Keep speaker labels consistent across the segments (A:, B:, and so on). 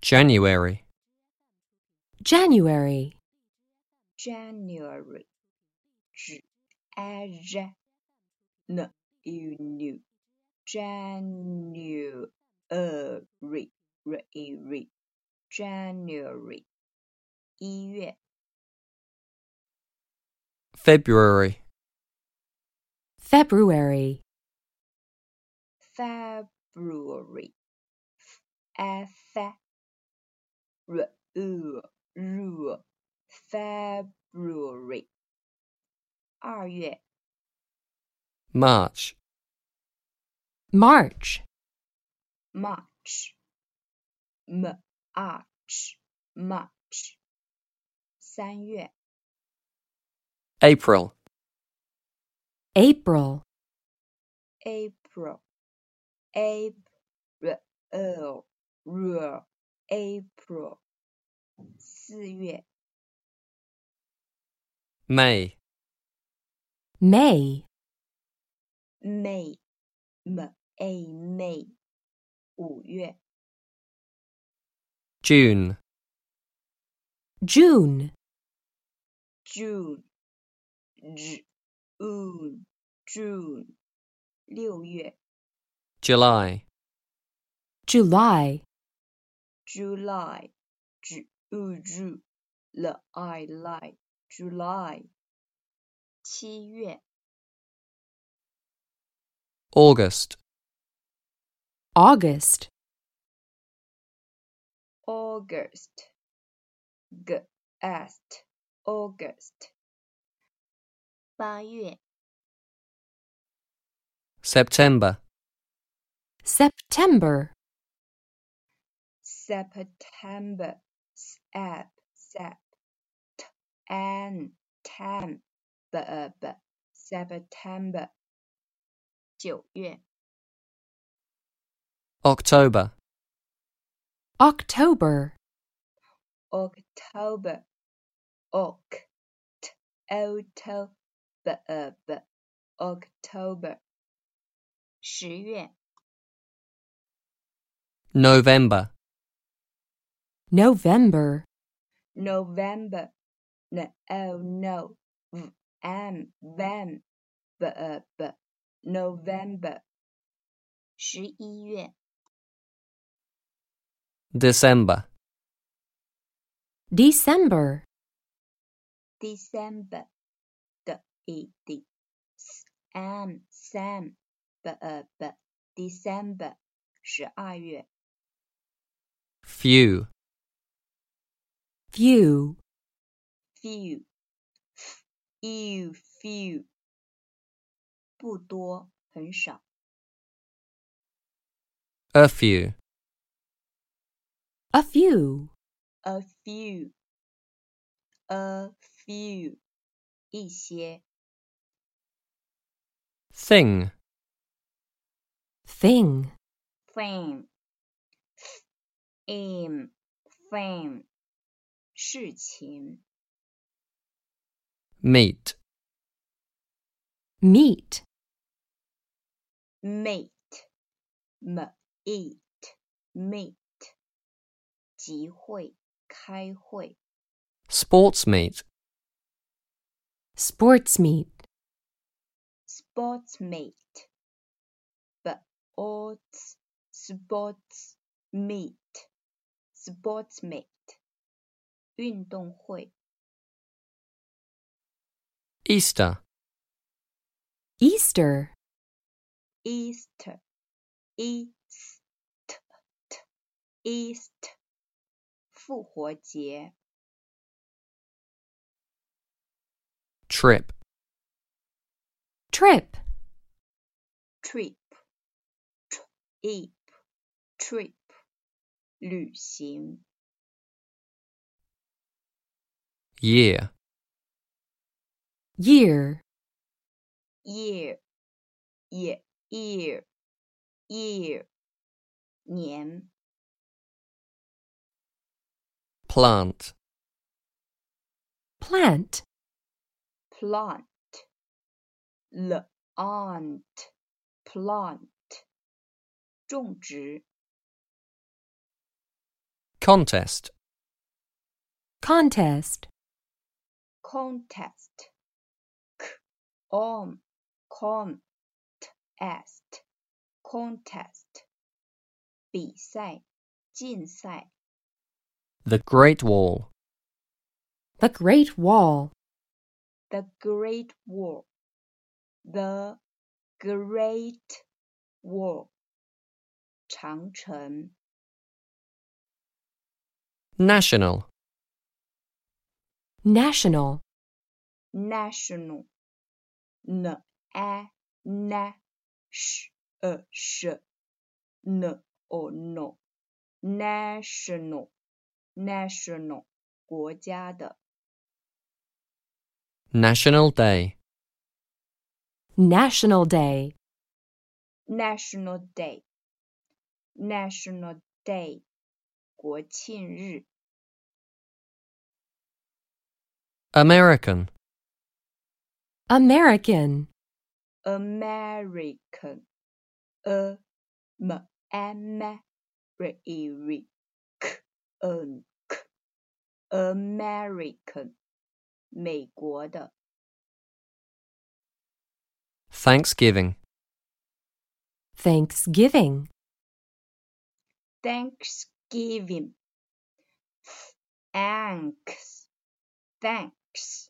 A: January,
B: January,
C: January. J a j n u n January r i r January 一月
A: February,
B: February,
C: February f a r u r February 二月
A: March,
B: March,
C: March, March, March. 三月
A: April,
B: April,
C: April, April, April. 四月
A: May,
B: May,
C: May, May, May. 五月
A: June,
B: June,
C: June, June, June. 六月
A: July,
B: July,
C: July, 呃 June, July, July, July. 七月
A: August,
B: August,
C: August, Gust, August. 八月
A: September,
B: September,
C: September, Sep, Sep, T, N, Ten, B, B, September. 九月
A: October,
B: October,
C: October, Oct, Oto, B, B, October. 十月
A: November,
B: November,
C: November. N O no. V M Van. B uh, B. November. 十一月
A: December,
B: December,
C: December. D E D. S M Sam. B uh, B. December. 十二月
A: few,
B: few,
C: few. F ew few. 不多，很少。
A: a few,
B: a few,
C: A few. A few. 一些。
A: thing,
B: thing,
C: fame, aim, fame, 事情
A: meet,
B: meet,
C: mate, meet, mate, 集会，开会
A: sports meet,
B: sports meet,
C: sports mate, sports, sports meet, sports mate, 运动会
A: Easter,
B: Easter,
C: Easter, East, East，复活节
A: trip,
B: trip,
C: trip, trip, trip，旅行
A: year,
B: year,
C: year, year, year, year，年
A: plant,
B: plant,
C: plant, plant, plant，种植
A: contest,
B: contest,
C: contest, c on, con, t est, contest，比赛、竞赛、
A: the Great Wall,
B: the Great Wall,
C: the Great Wall, the Great Wall，长城、
A: national,
B: national,
C: national, n a n sh e sh, n o no, national, national，国家的
A: National Day,
B: National Day,
C: national day, national day，国庆日
A: American,
B: American,
C: American, a m m r i c n k American，美国的
A: Thanksgiving,
B: Thanksgiving,
C: Thanksgiving, thanks, thanks,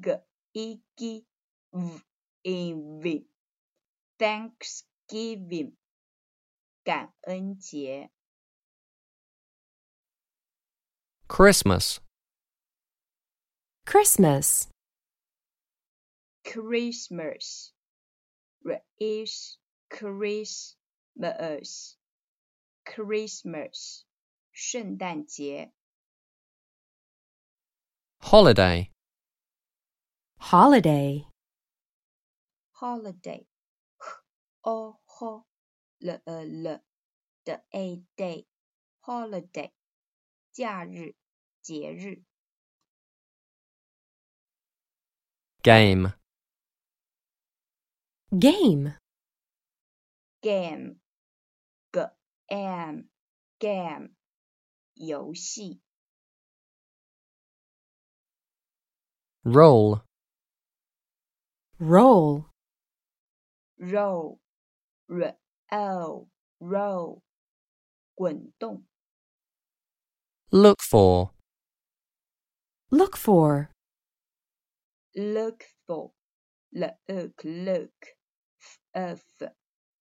C: g i g v in v, Thanksgiving，感恩节
A: Christmas,
B: Christmas,
C: Christmas, r is Christmas, Christmas，圣诞节
A: holiday,
B: holiday,
C: holiday, h o ho l e l 的 a day, holiday, 假日、节日。
A: game,
B: game,
C: game, game, game，游戏。
A: roll,
B: roll,
C: roll, roll, roll，滚动。
A: look for,
B: look for,
C: look for, look, look, f,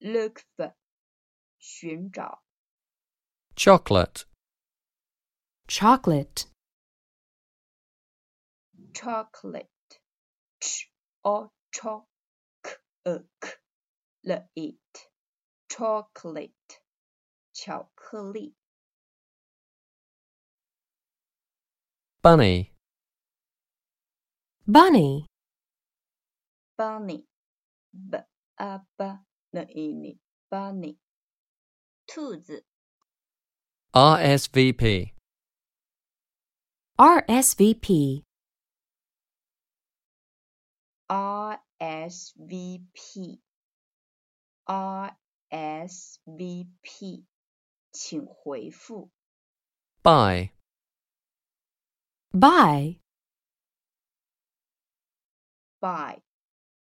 C: look for，寻找。
A: chocolate,
B: chocolate,
C: chocolate, 哦 ch o cho k e k l it, chocolate, 巧克力。
A: bunny,
B: bunny,
C: bunny, b a b n i n bunny，兔子
A: RSVP,
B: RSVP,
C: r s v p r s v p，请回复
A: buy,
B: buy,
C: by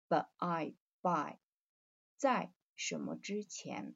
C: b i by，在什么之前。